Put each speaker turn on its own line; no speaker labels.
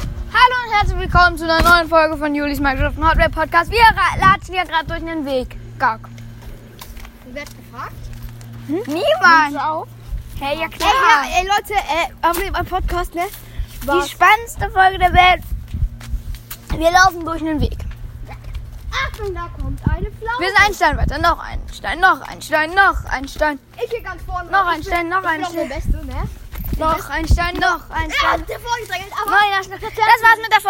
und herzlich willkommen zu einer neuen Folge von Julis Minecraft und Hardware Podcast. Wir ra- latschen hier gerade durch den Weg. Gag.
Wer hat gefragt?
Niemand.
Hm? auf?
Hey, ja klar.
Ey, ja, ey Leute, äh, haben wir einen Podcast, ne?
Die spannendste Folge der Welt. Wir laufen durch den Weg.
Achtung, da kommt eine Pflaume.
Wir sind einen Stein weiter, noch einen Stein, noch einen Stein, noch einen Stein,
ich hier ganz vorne.
Noch
Ich
ein
bin-
Stein, noch
ich
ein
bin auch
Stein.
der Beste, ne?
noch einen Stein, noch einen
Ja,
Stein.
der vorgedrängelt, aber...
Neuner Stein. Das war's mit der Folge.